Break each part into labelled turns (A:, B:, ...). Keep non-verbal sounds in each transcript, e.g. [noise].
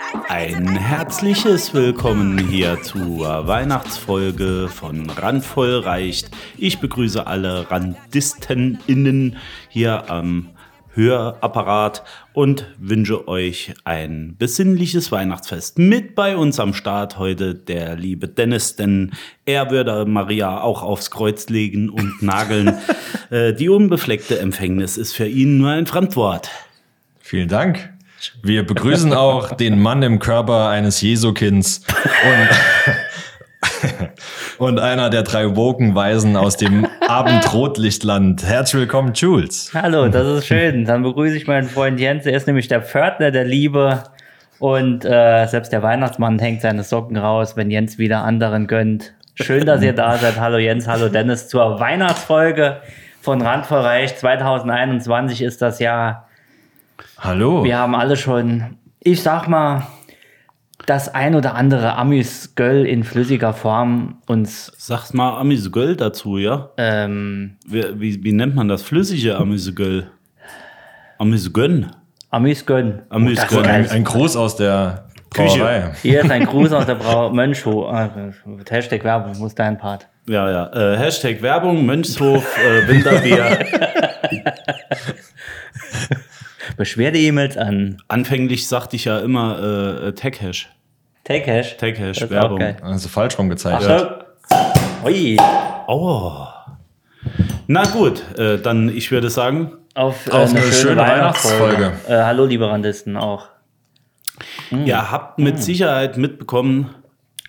A: I-
B: Ein herzliches Willkommen hier zur Weihnachtsfolge von Randvoll reicht. Ich begrüße alle RandistenInnen hier am Hörapparat und wünsche euch ein besinnliches Weihnachtsfest. Mit bei uns am Start heute der liebe Dennis, denn er würde Maria auch aufs Kreuz legen und nageln. Äh, Die unbefleckte Empfängnis ist für ihn nur ein Fremdwort.
C: Vielen Dank. Wir begrüßen auch den Mann im Körper eines Jesukinds und, und einer der drei Wokenweisen aus dem Abendrotlichtland. Herzlich willkommen, Jules.
D: Hallo, das ist schön. Dann begrüße ich meinen Freund Jens. Er ist nämlich der Pförtner der Liebe. Und äh, selbst der Weihnachtsmann hängt seine Socken raus, wenn Jens wieder anderen gönnt. Schön, dass ihr da seid. Hallo Jens, hallo Dennis zur Weihnachtsfolge von Randvoll Reich. 2021 ist das Jahr.
C: Hallo.
D: Wir haben alle schon, ich sag mal, das ein oder andere Amüs-Göll in flüssiger Form uns
B: Sag's mal Amüsegöl dazu, ja?
D: ähm,
B: Wie, wie, wie nennt man das? Flüssige Amüsegöl? Amüsegönn?
D: Amüs-Gönn.
B: Amüs-Gönn.
D: Oh, das
C: Ein,
D: ist geil.
C: ein Gruß aus der
B: Küche.
C: Brauerei.
D: Hier ist ein Gruß aus der Brau Mönchhof. Ah, Hashtag Werbung, muss dein Part.
B: Ja, ja. Äh, Hashtag Werbung, Mönchshof,
D: [laughs]
B: äh, Winterbier.
D: Beschwerde-E-Mails an
B: Anfänglich sagte ich ja immer äh, Tech-Hash.
D: TechHash.
B: Tech-Hash,
D: Das ist auch
B: Werbung.
D: geil.
C: Also falsch rum gezeichnet.
D: Achtung. Ui,
B: Oh. Na gut, äh, dann ich würde sagen,
D: auf, äh,
C: Auf eine schöne Weihnachtsfolge.
D: Äh, hallo, liebe Randisten auch.
B: ihr habt mit Sicherheit mitbekommen,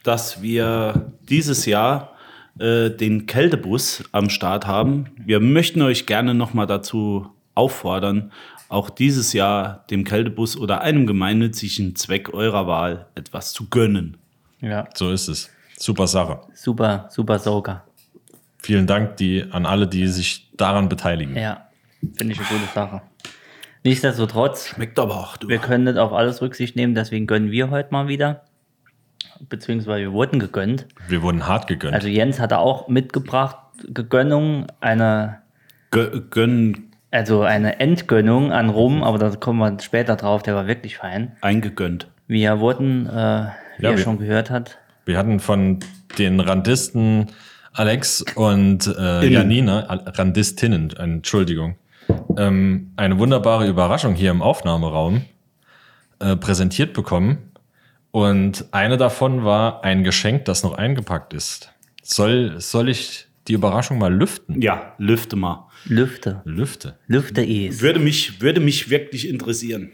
B: dass wir dieses Jahr äh, den Kältebus am Start haben. Wir möchten euch gerne nochmal dazu auffordern, auch dieses Jahr dem Kältebus oder einem gemeinnützigen Zweck eurer Wahl etwas zu gönnen.
D: Ja,
C: So ist es. Super Sache.
D: super, super Soaker.
C: Vielen Dank die, an alle, die sich daran beteiligen.
D: Ja, finde ich eine gute Sache. Nichtsdestotrotz,
B: Schmeckt aber auch, du.
D: wir können nicht auf alles Rücksicht nehmen, deswegen gönnen wir heute mal wieder. Beziehungsweise wir wurden gegönnt.
C: Wir wurden hart gegönnt.
D: Also Jens hatte auch mitgebracht, Gegönnung, eine
B: Gö- Gönnen,
D: Also eine Entgönnung an Rum, aber da kommen wir später drauf, der war wirklich fein.
B: eingegönnt.
D: Wir wurden, äh, wie
C: Ja, wir-
D: ihr schon gehört hat,
C: Wir hatten von den Randisten Alex und äh, Janina, Al- Randistinnen, Entschuldigung, ähm, eine wunderbare Überraschung hier im Aufnahmeraum äh, präsentiert bekommen. Und eine davon war ein Geschenk, das noch eingepackt ist. Soll, soll ich die Überraschung mal lüften?
B: Ja, lüfte mal.
D: Lüfte,
C: Lüfte.
D: Lüfte-E's.
B: Würde mich, würde mich wirklich interessieren.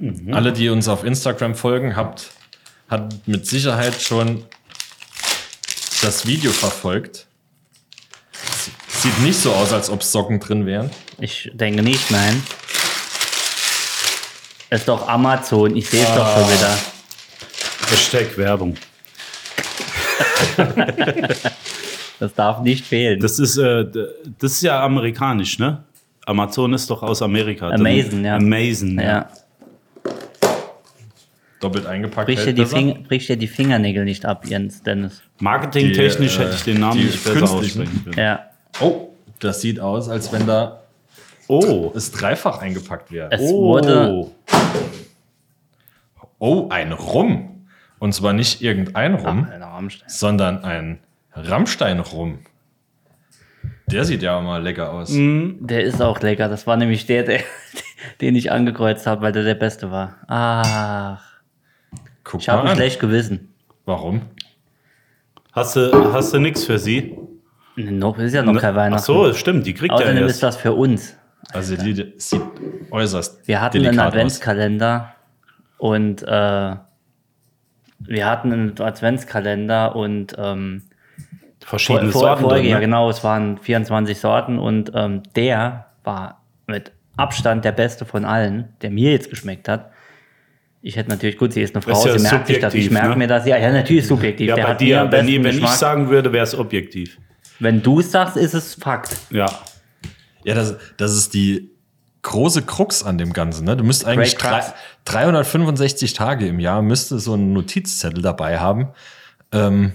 D: Mhm.
C: Alle, die uns auf Instagram folgen, habt, hat mit Sicherheit schon das Video verfolgt. Sieht nicht so aus, als ob Socken drin wären.
D: Ich denke nicht, nein. Ist doch Amazon, ich sehe es doch schon wieder.
B: Hashtag Werbung.
D: Das darf nicht fehlen.
B: Das ist, äh, d- das ist ja amerikanisch, ne? Amazon ist doch aus Amerika. Dann-
D: Amazon, ja.
B: Amazon, ja.
D: ja,
C: Doppelt eingepackt.
B: Äh,
D: brich dir,
C: hält
D: die
C: besser.
D: Finger, brich dir die Fingernägel nicht ab, Jens, Dennis.
B: Marketingtechnisch
C: Die, äh,
B: hätte ich den Namen
C: die
B: nicht besser
C: künstlichen.
B: aussprechen können.
D: Ja,
C: Oh, das sieht aus, als wenn da
B: Oh,
C: es dreifach eingepackt wäre.
D: es wurde
B: oh.
C: Oh, ein Rum. Und zwar nicht irgendein Rum,
D: Alter, Rammstein.
C: sondern ein Rammstein-Rum. Der sieht ja mal lecker aus.
D: Der ist auch lecker. Das war nämlich der, [laughs] der den ich angekreuzt habe, weil der der Beste war. Ach,
C: Guck
D: ich
B: Ah.
D: habe
C: mal
D: ein
C: an.
D: schlecht gewissen.
C: Warum?
B: Hast du, hast du nichts für sie? Ne?
D: Noch ist ja noch kein Weihnachten.
B: Ach so, stimmt, die kriegt
D: Außerdem
B: ja
D: ist
B: erst.
D: das für uns.
C: Also die sieht äußerst
D: Wir hatten einen
C: delikat
D: Adventskalender und äh, wir hatten einen Adventskalender und ähm, vor,
B: Verschiedene
D: vor,
B: Sorten.
D: vorher,
B: drin,
D: ja
B: ne?
D: genau, es waren 24 Sorten und ähm, der war mit Abstand der beste von allen, der mir jetzt geschmeckt hat. Ich hätte natürlich, gut, sie ist eine Frau,
B: Ist ja
D: sie merkt sich das, ich
B: subjektiv,
D: merke
B: ne?
D: mir das, ja, ja, natürlich subjektiv.
B: Ja,
D: ne? der
B: bei
D: hat mir
B: dir,
D: am
B: wenn,
D: besten
B: wenn ich
D: Geschmack.
B: sagen würde, wäre es objektiv.
D: wenn du es sagst, ist es Fakt.
B: Ja.
C: Ja, das, das ist die große Krux an dem Ganzen. Ne? Du müsst eigentlich drei,
D: Crux.
C: 365 Tage im Jahr müsste so einen Notizzettel dabei haben, ähm,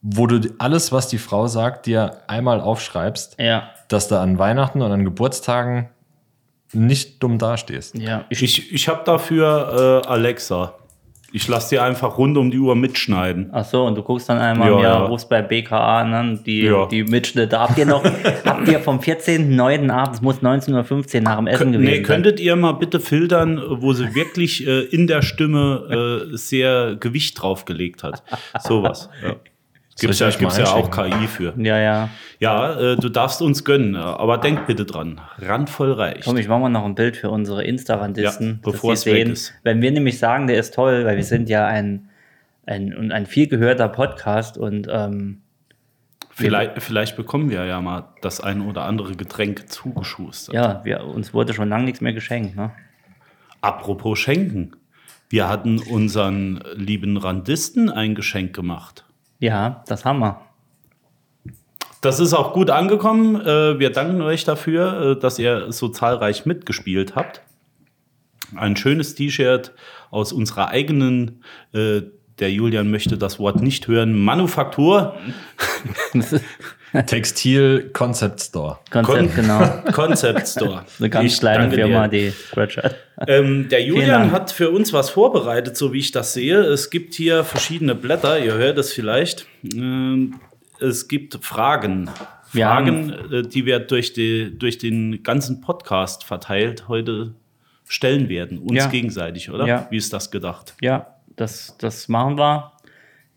C: wo du die- alles, was die Frau sagt, dir einmal aufschreibst,
D: Ja,
C: dass du an Weihnachten und an Geburtstagen nicht dumm dastehst.
D: ja. Ich,
B: Ich, ich habe dafür äh, Alexa. Ich lasse die einfach rund um die Uhr mitschneiden.
D: ach so, und du guckst dann einmal
B: Ja,
D: im Jahr,
B: ja.
D: rufst bei BKA an, ne? die,
B: Ja.
D: die Mitschnitte. Habt
B: [laughs]
D: ihr noch, habt ihr vom 14.09. abends, muss 19.15 Uhr nach dem Essen gewesen
B: Nee, könntet ihr mal bitte filtern, wo sie wirklich äh, in der Stimme äh, sehr Gewicht drauf gelegt hat. Sowas. Ja. Gibt es ja,
C: Soll ich euch mal
B: gibt's ja auch
C: einschicken?
B: KI für.
D: sein. Ja, ja.
B: Ja, äh, du darfst uns gönnen, äh, aber denk bitte dran. Randvoll reicht.
D: Komm, ich mache mal noch ein Bild für unsere Insta-Randisten,
B: Ja, bevor
D: dass die
B: es weg
D: sehen.
B: ist.
D: Wenn wir nämlich sagen, der ist toll, weil wir sind ja ein, ein, und ein viel gehörter Podcast und ähm,
B: Vielleicht, vielleicht bekommen wir ja mal das ein oder andere Getränk zugeschustert.
D: ja, wir, uns wurde schon lange nichts mehr geschenkt. Ne?
B: Apropos Schenken. Wir hatten unseren lieben Randisten ein Geschenk gemacht.
D: Ja, das haben wir. [laughs]
B: Das ist auch gut angekommen. Äh, Wir danken euch dafür, äh, dass ihr so zahlreich mitgespielt habt. Ein schönes T-Shirt aus unserer eigenen, äh, der Julian möchte das Wort nicht hören, Manufaktur.
C: Textil Concept Store.
D: Konzept,
B: Kon-
D: genau.
B: [laughs] Concept Store.
D: [laughs] Eine ganz
B: Ich
D: kleine
B: danke dir.
D: Firma, die Scratch hat.
B: Ähm, der Julian
D: Dank.
B: hat für uns was vorbereitet, so wie ich das sehe. Es gibt hier verschiedene Blätter, ihr hört es vielleicht. Ähm, es gibt Fragen.
D: Wir
B: Fragen, äh, die wir durch, die, durch den ganzen Podcast verteilt heute stellen werden, uns
D: Ja.
B: gegenseitig, oder?
D: Ja.
B: Wie ist das gedacht?
D: Ja, das, das machen wir.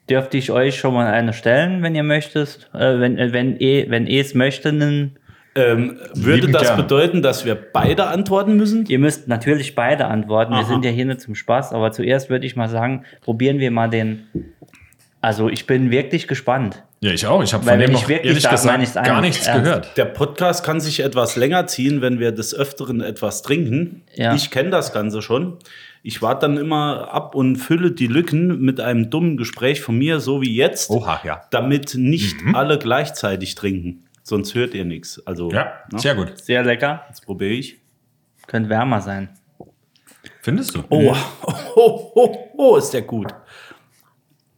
D: Dürfte ich euch schon mal eine stellen, wenn ihr möchtest? Äh, wenn äh, wenn ihr wenn ihr es möchtet,
B: Ähm, würde
C: Lieben
B: das
C: gern.
B: bedeuten, dass wir beide antworten müssen?
D: Ihr müsst natürlich beide antworten. Wir
B: Aha.
D: sind ja hier nur zum Spaß. Aber zuerst würde ich mal sagen, probieren wir mal den. Also ich bin wirklich gespannt.
C: Ja, ich auch. Ich habe
D: Weil
C: von dem
D: wenn ich
C: noch
D: wirklich
C: ehrlich
D: sag,
C: gesagt
D: meine ich's
C: gar
D: ernst.
C: nichts
D: Ernst.
C: gehört.
B: Der Podcast kann sich etwas länger ziehen, wenn wir des Öfteren etwas trinken.
D: Ja.
B: Ich kenne das Ganze schon. Ich warte dann immer ab und fülle die Lücken mit einem dummen Gespräch von mir, so wie jetzt,
C: Oha, Mhm. ja.
B: damit nicht alle gleichzeitig trinken. Sonst hört ihr nichts. Also,
C: Ja,
B: ne?
C: sehr gut.
D: Sehr lecker.
B: Jetzt probiere ich.
D: Könnte wärmer sein.
C: Findest du?
B: Oh, [laughs] oh, oh, oh, ist der gut.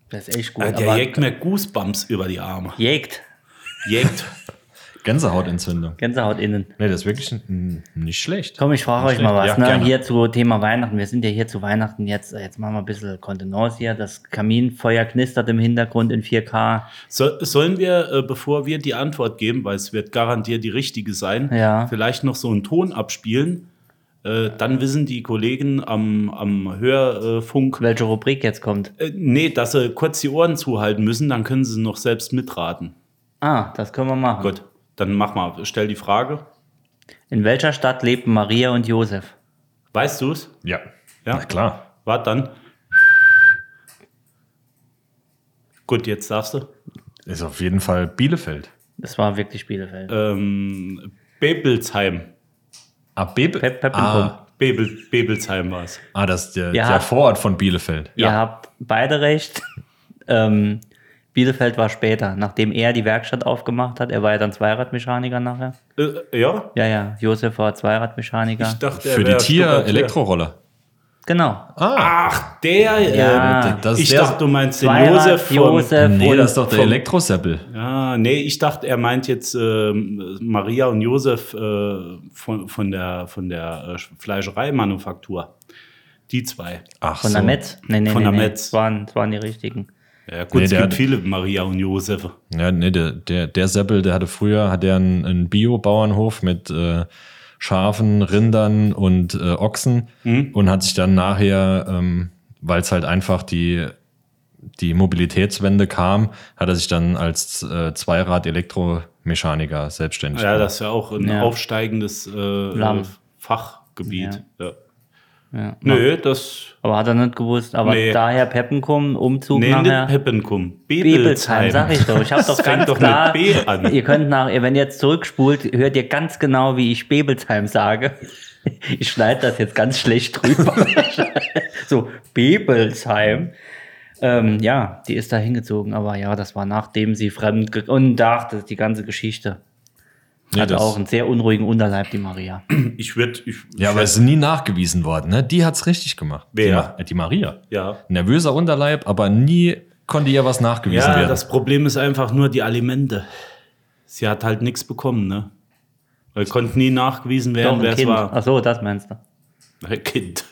D: Das ist echt gut.
B: Äh, Der
D: aber
B: jägt mir Goosebumps über die Arme.
D: jägt.
B: Jägt.
C: Gänsehautentzündung.
D: Gänsehaut innen.
C: Nee, das ist wirklich n- nicht schlecht.
D: Komm, ich frage euch
C: schlecht.
D: mal was.
C: Ja,
D: ne?
C: gerne.
D: Hier zu Thema Weihnachten. Wir sind ja hier zu Weihnachten jetzt. äh, Jetzt machen wir ein bisschen Kontenance hier. Das Kaminfeuer knistert im Hintergrund in 4K.
B: So, sollen wir, äh, bevor wir die Antwort geben, weil es wird garantiert die richtige sein,
D: Ja.
B: vielleicht noch so einen Ton abspielen? Äh, dann wissen die Kollegen am, am Hörfunk,
D: Welche Rubrik jetzt kommt?
B: äh, nee, dass sie kurz die Ohren zuhalten müssen, dann können sie noch selbst mitraten.
D: Ah, das können wir machen.
B: Gut, dann mach mal, stell die Frage.
D: In welcher Stadt lebten Maria und Josef?
B: Weißt du es?
C: Ja.
B: Ja.
C: Na klar.
B: Wart dann. Gut, jetzt darfst du.
C: Ist auf jeden Fall Bielefeld.
D: Das war wirklich Bielefeld.
B: Ähm, Bebelsheim.
C: Ah, Bebe
D: Pep- Peppenpump.
C: ah,
B: Bebel, Bebelsheim war es.
C: ah, das ist der,
D: Ja.
C: der Vorort von Bielefeld.
D: Ihr habt beide recht. [laughs] Ähm, Bielefeld war später, nachdem er die Werkstatt aufgemacht hat. Er war ja dann Zweiradmechaniker nachher.
B: Äh, ja?
D: Ja, ja, Josef war Zweiradmechaniker.
B: dachte, er
C: Für die
B: wär
C: Tier
B: Stuckateur.
C: Elektroroller.
D: genau.
C: Ah,
B: Ach, der.
D: Ja.
B: ähm,
C: Das ist
B: ich
C: der-
B: dachte, du meinst den
D: Zweirad,
B: Josef von.
D: Josef
C: nee,
D: und
C: das ist doch der
B: vom-
C: Elektroseppel.
B: Ah, nee, ich dachte, er meint jetzt ähm, Maria und Josef äh, von, von der, von der äh, Fleischereimanufaktur. Die zwei.
C: Ach
D: von der Metz. Nee, nee,
B: Von
D: nee,
B: der
D: nee.
B: Metz.
D: Das waren, das waren die richtigen.
B: Ja, gut,
C: Nee,
B: es
C: der
B: gibt
C: hat-
B: viele Maria und Josef.
C: Ja, nee, der, der, der Seppel, der hatte früher hat er einen, einen Bio-Bauernhof mit äh, Schafen, Rindern und äh, Ochsen
B: Mhm.
C: und hat sich dann nachher, ähm, weil es halt einfach die, die Mobilitätswende kam, hat er sich dann als äh, Zweirad-Elektromechaniker selbstständig
B: Ja,
C: gemacht.
B: das ist ja auch ein
D: Ja.
B: aufsteigendes äh,
D: Lamm.
B: Fachgebiet. Ja.
D: Ja.
B: Nö, das.
D: Aber hat er nicht gewusst. Aber
B: Nee.
D: daher Peppenkum, Umzug
B: Nee,
D: nachher.
B: nicht Peppenkum.
D: Bebelsheim,
B: Bebelsheim.
D: sag ich doch. Ich hab doch
B: Das fängt
D: ganz
B: doch mit
D: klar.
B: B an.
D: Ihr könnt nach, wenn ihr jetzt zurückspult, hört ihr ganz genau, wie ich Bebelsheim sage. Ich schneide das jetzt ganz
B: [laughs]
D: schlecht drüber. so, Bebelsheim. Ähm, ja, die ist da hingezogen, aber ja, das war nachdem sie fremd ge- und dachte die ganze Geschichte.
C: Nee,
D: Hat
C: das-
D: auch einen sehr unruhigen Unterleib, die Maria.
B: Ich würde, ich,
C: Ja, aber es ist nie nachgewiesen worden. Ne? Die hat's richtig gemacht.
B: Wer?
C: Die, Ma- äh, die Maria.
B: Ja.
C: Nervöser Unterleib, aber nie konnte ihr was nachgewiesen
B: ja,
C: werden.
B: das Problem ist einfach nur die Alimente. Sie hat halt nichts bekommen, ne? Weil konnte nie nachgewiesen werden,
D: Doch,
B: wer
D: ein
B: es
D: Kind.
B: war.
D: Ach so, das meinst du.
B: Ein Kind.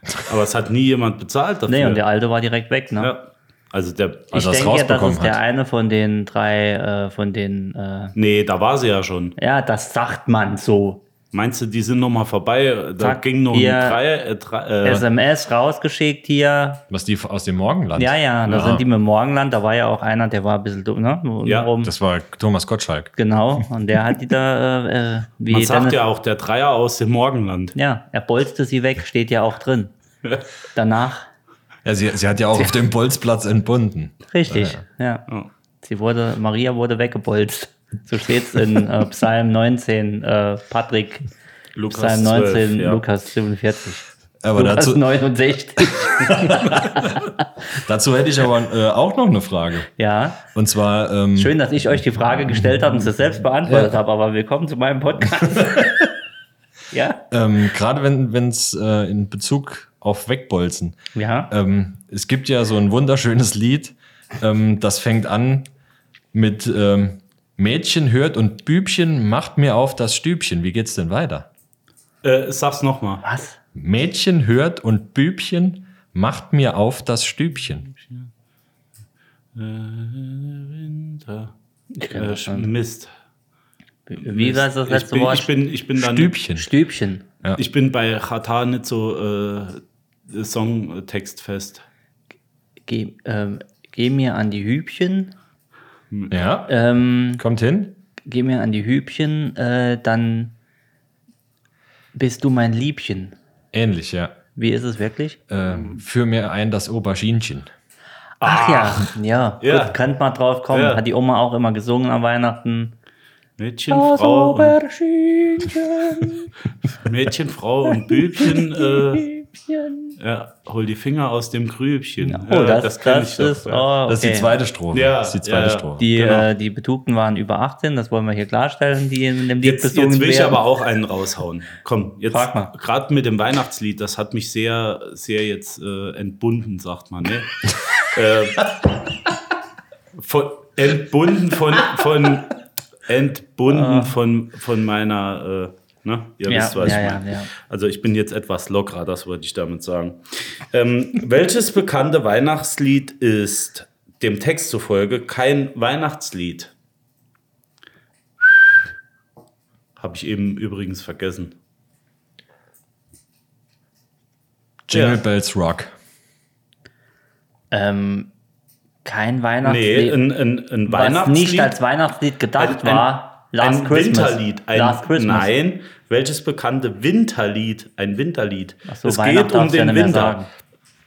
B: [laughs] Aber es hat nie jemand bezahlt dafür.
D: Nee, und der Alte war direkt weg, ne?
B: ja. Also der.
D: Ich
C: Also das
D: denke ja, das
C: rausbekommen
D: ist der
C: hat.
D: eine von den drei, äh, von den, äh,
B: Nee, da war sie ja schon.
D: ja, das sagt man so.
B: Meinst du, die sind nochmal vorbei? Da
D: Zack,
B: ging noch ein
D: ihr
B: drei, äh, drei, äh,
D: SMS rausgeschickt hier.
C: Was die aus dem Morgenland?
D: Ja, ja, da sind die mit dem Morgenland, da war ja auch einer, der war ein bisschen dumm, ne?
B: Ja,
D: Rum.
C: Das war Thomas Gottschalk.
D: Genau, und der hat die da, äh, äh, wie
B: man sagt
D: Dennis-
B: ja auch, der Dreier aus dem Morgenland.
D: ja, er bolzte sie weg, steht ja auch drin. Danach,
C: Ja, sie, sie hat ja auch auf dem Bolzplatz entbunden.
D: richtig, ja. Sie wurde, Maria wurde weggebolzt. So steht's in äh, Psalm 19, äh, Patrick,
B: Lukas
D: Psalm
B: 12,
D: 19,
B: ja.
D: Lukas 47.
C: Aber
D: Lukas
C: dazu,
D: 69.
C: dazu hätte ich aber äh, auch noch eine Frage.
D: [laughs] Ja,
C: Und zwar, ähm,
D: schön, dass ich euch die Frage gestellt habe und sie selbst beantwortet
C: Ja.
D: habe, aber willkommen zu meinem
B: [laughs]
D: Podcast. ja,
C: ähm, gerade wenn es äh, in Bezug auf Wegbolzen,
D: ja.
C: ähm, es gibt ja so ein wunderschönes Lied, ähm, das fängt an mit ähm, Mädchen hört und Bübchen macht mir auf das Stübchen. Wie geht's denn weiter?
B: Äh, sag's nochmal.
D: Was?
C: Mädchen hört und Bübchen macht mir auf das Stübchen.
D: Äh,
B: Winter.
D: Ich kenn
B: Äh,
D: das nicht.
B: Mist.
D: Wie war das
B: ich
D: letzte
B: bin,
D: Wort?
B: Ich bin, ich bin dann.
C: Stübchen.
D: Stübchen.
B: Ich bin bei Chata nicht so äh, songtextfest.
D: Geh, ähm, geh mir an die Hübchen.
C: Ja,
D: Ähm,
C: kommt hin.
D: geh mir an die Hübchen, äh, dann bist du mein Liebchen.
C: Ähnlich, ja.
D: Wie ist es wirklich?
C: Ähm, für mir ein das Auberginchen.
D: Ach ja, ja.
B: Ah. Ja.
D: Gut, könnt mal drauf kommen.
B: Ja.
D: Hat die Oma auch immer gesungen an Weihnachten.
B: Mädchen, Frau, und, [laughs] Mädchen, Frau und Bübchen. Äh, ja, hol die Finger aus dem Grübchen.
D: Oh,
B: ja,
D: das,
B: kenn
D: das,
B: ich doch,
D: ist.
B: ja.
D: Oh,
C: Das ist die
D: okay.
C: zweite Strophe.
B: Ja,
C: das ist die zweite
B: ja, ja.
C: Strophe.
D: Die,
B: Genau.
D: äh, die Betugten waren über 18, das wollen wir hier klarstellen, die in dem Lied
B: Jetzt,
D: besungen
B: jetzt will ich
D: werden.
B: aber auch einen raushauen. Komm, jetzt
D: Frag mal.
B: gerade mit dem Weihnachtslied, das hat mich sehr, sehr jetzt äh, entbunden, sagt man.
D: [laughs]
B: Ne? äh, von, entbunden von, von entbunden von, von meiner, äh, ne? Ihr
D: Ah. Ja,
B: wisst, was
D: ja,
B: ich
D: ja,
B: meine.
D: ja.
B: Also ich bin jetzt etwas lockerer, das wollte ich damit sagen. Ähm, welches bekannte Weihnachtslied ist dem Text zufolge kein Weihnachtslied? Habe ich eben übrigens vergessen. Ja.
C: Jingle Bells Rock.
D: ähm, kein
B: Nee,
D: Weihnachtslied,
B: ein, ein, ein
D: was
B: Weihnachtslied.
D: nicht als Weihnachtslied gedacht war. Last
B: ein
D: Christmas.
B: Winterlied. Ein,
D: Last Christmas.
B: Nein, welches bekannte Winterlied? Ein Winterlied.
D: Ach so,
B: es
D: Weihnachten
B: geht um
D: darfst du ja
B: den
D: nicht mehr
B: Winter.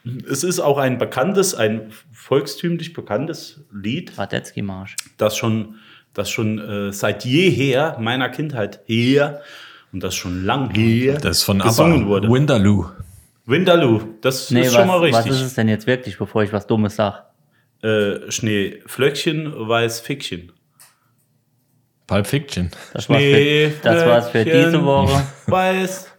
D: sagen.
B: Es ist auch ein bekanntes, ein volkstümlich bekanntes Lied,
D: Radetzky-Marsch.
B: das schon, das schon äh, seit jeher meiner Kindheit her und das schon lang her
C: Das ist von
B: gesungen
C: ABBA.
B: wurde.
C: Winterloo.
B: Winterloo, das
D: Nee,
B: ist
D: was,
B: schon mal
D: was
B: richtig.
D: ist es denn jetzt wirklich, bevor ich was Dummes sage?
B: äh, Schneeflöckchen, weiß Fickchen.
C: Pulp Fiction.
D: Das, war's für, das war's für diese
B: Schneeflöckchen,
D: Woche.
B: [laughs] Weiß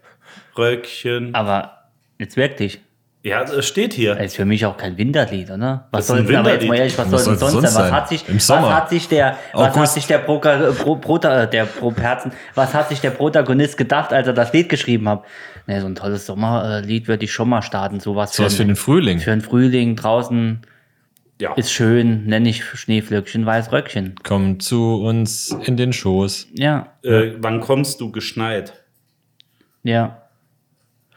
B: Röckchen.
D: Aber jetzt wirklich,
B: Ja, es steht hier.
D: das ist für mich auch kein Winterlied, oder?
B: Das
D: Was
B: ist ein
D: soll denn aber jetzt
B: Winterlied.
D: mal ehrlich, was soll
C: Was
D: denn
C: soll's
D: sonst
C: sonst
D: sein? Was
C: sein?
D: hat sich,
C: Im
D: was
C: Sommer.
D: hat sich der, was hat
C: August.
D: sich der, Proka, äh, Pro, Prota, äh, der Pro, Perzen, was hat sich der Protagonist gedacht, als er das Lied geschrieben hat? Ne, so ein tolles Sommerlied würde ich schon mal starten, sowas
C: Sowas für
D: für,
C: den Frühling.
D: für den Frühling draußen
B: Ja.
D: ist schön, nenne ich Schneeflöckchen, weiß Röckchen.
C: Komm zu uns in den Schoß.
D: Ja,
B: Äh, wann kommst du geschneit?
D: Ja.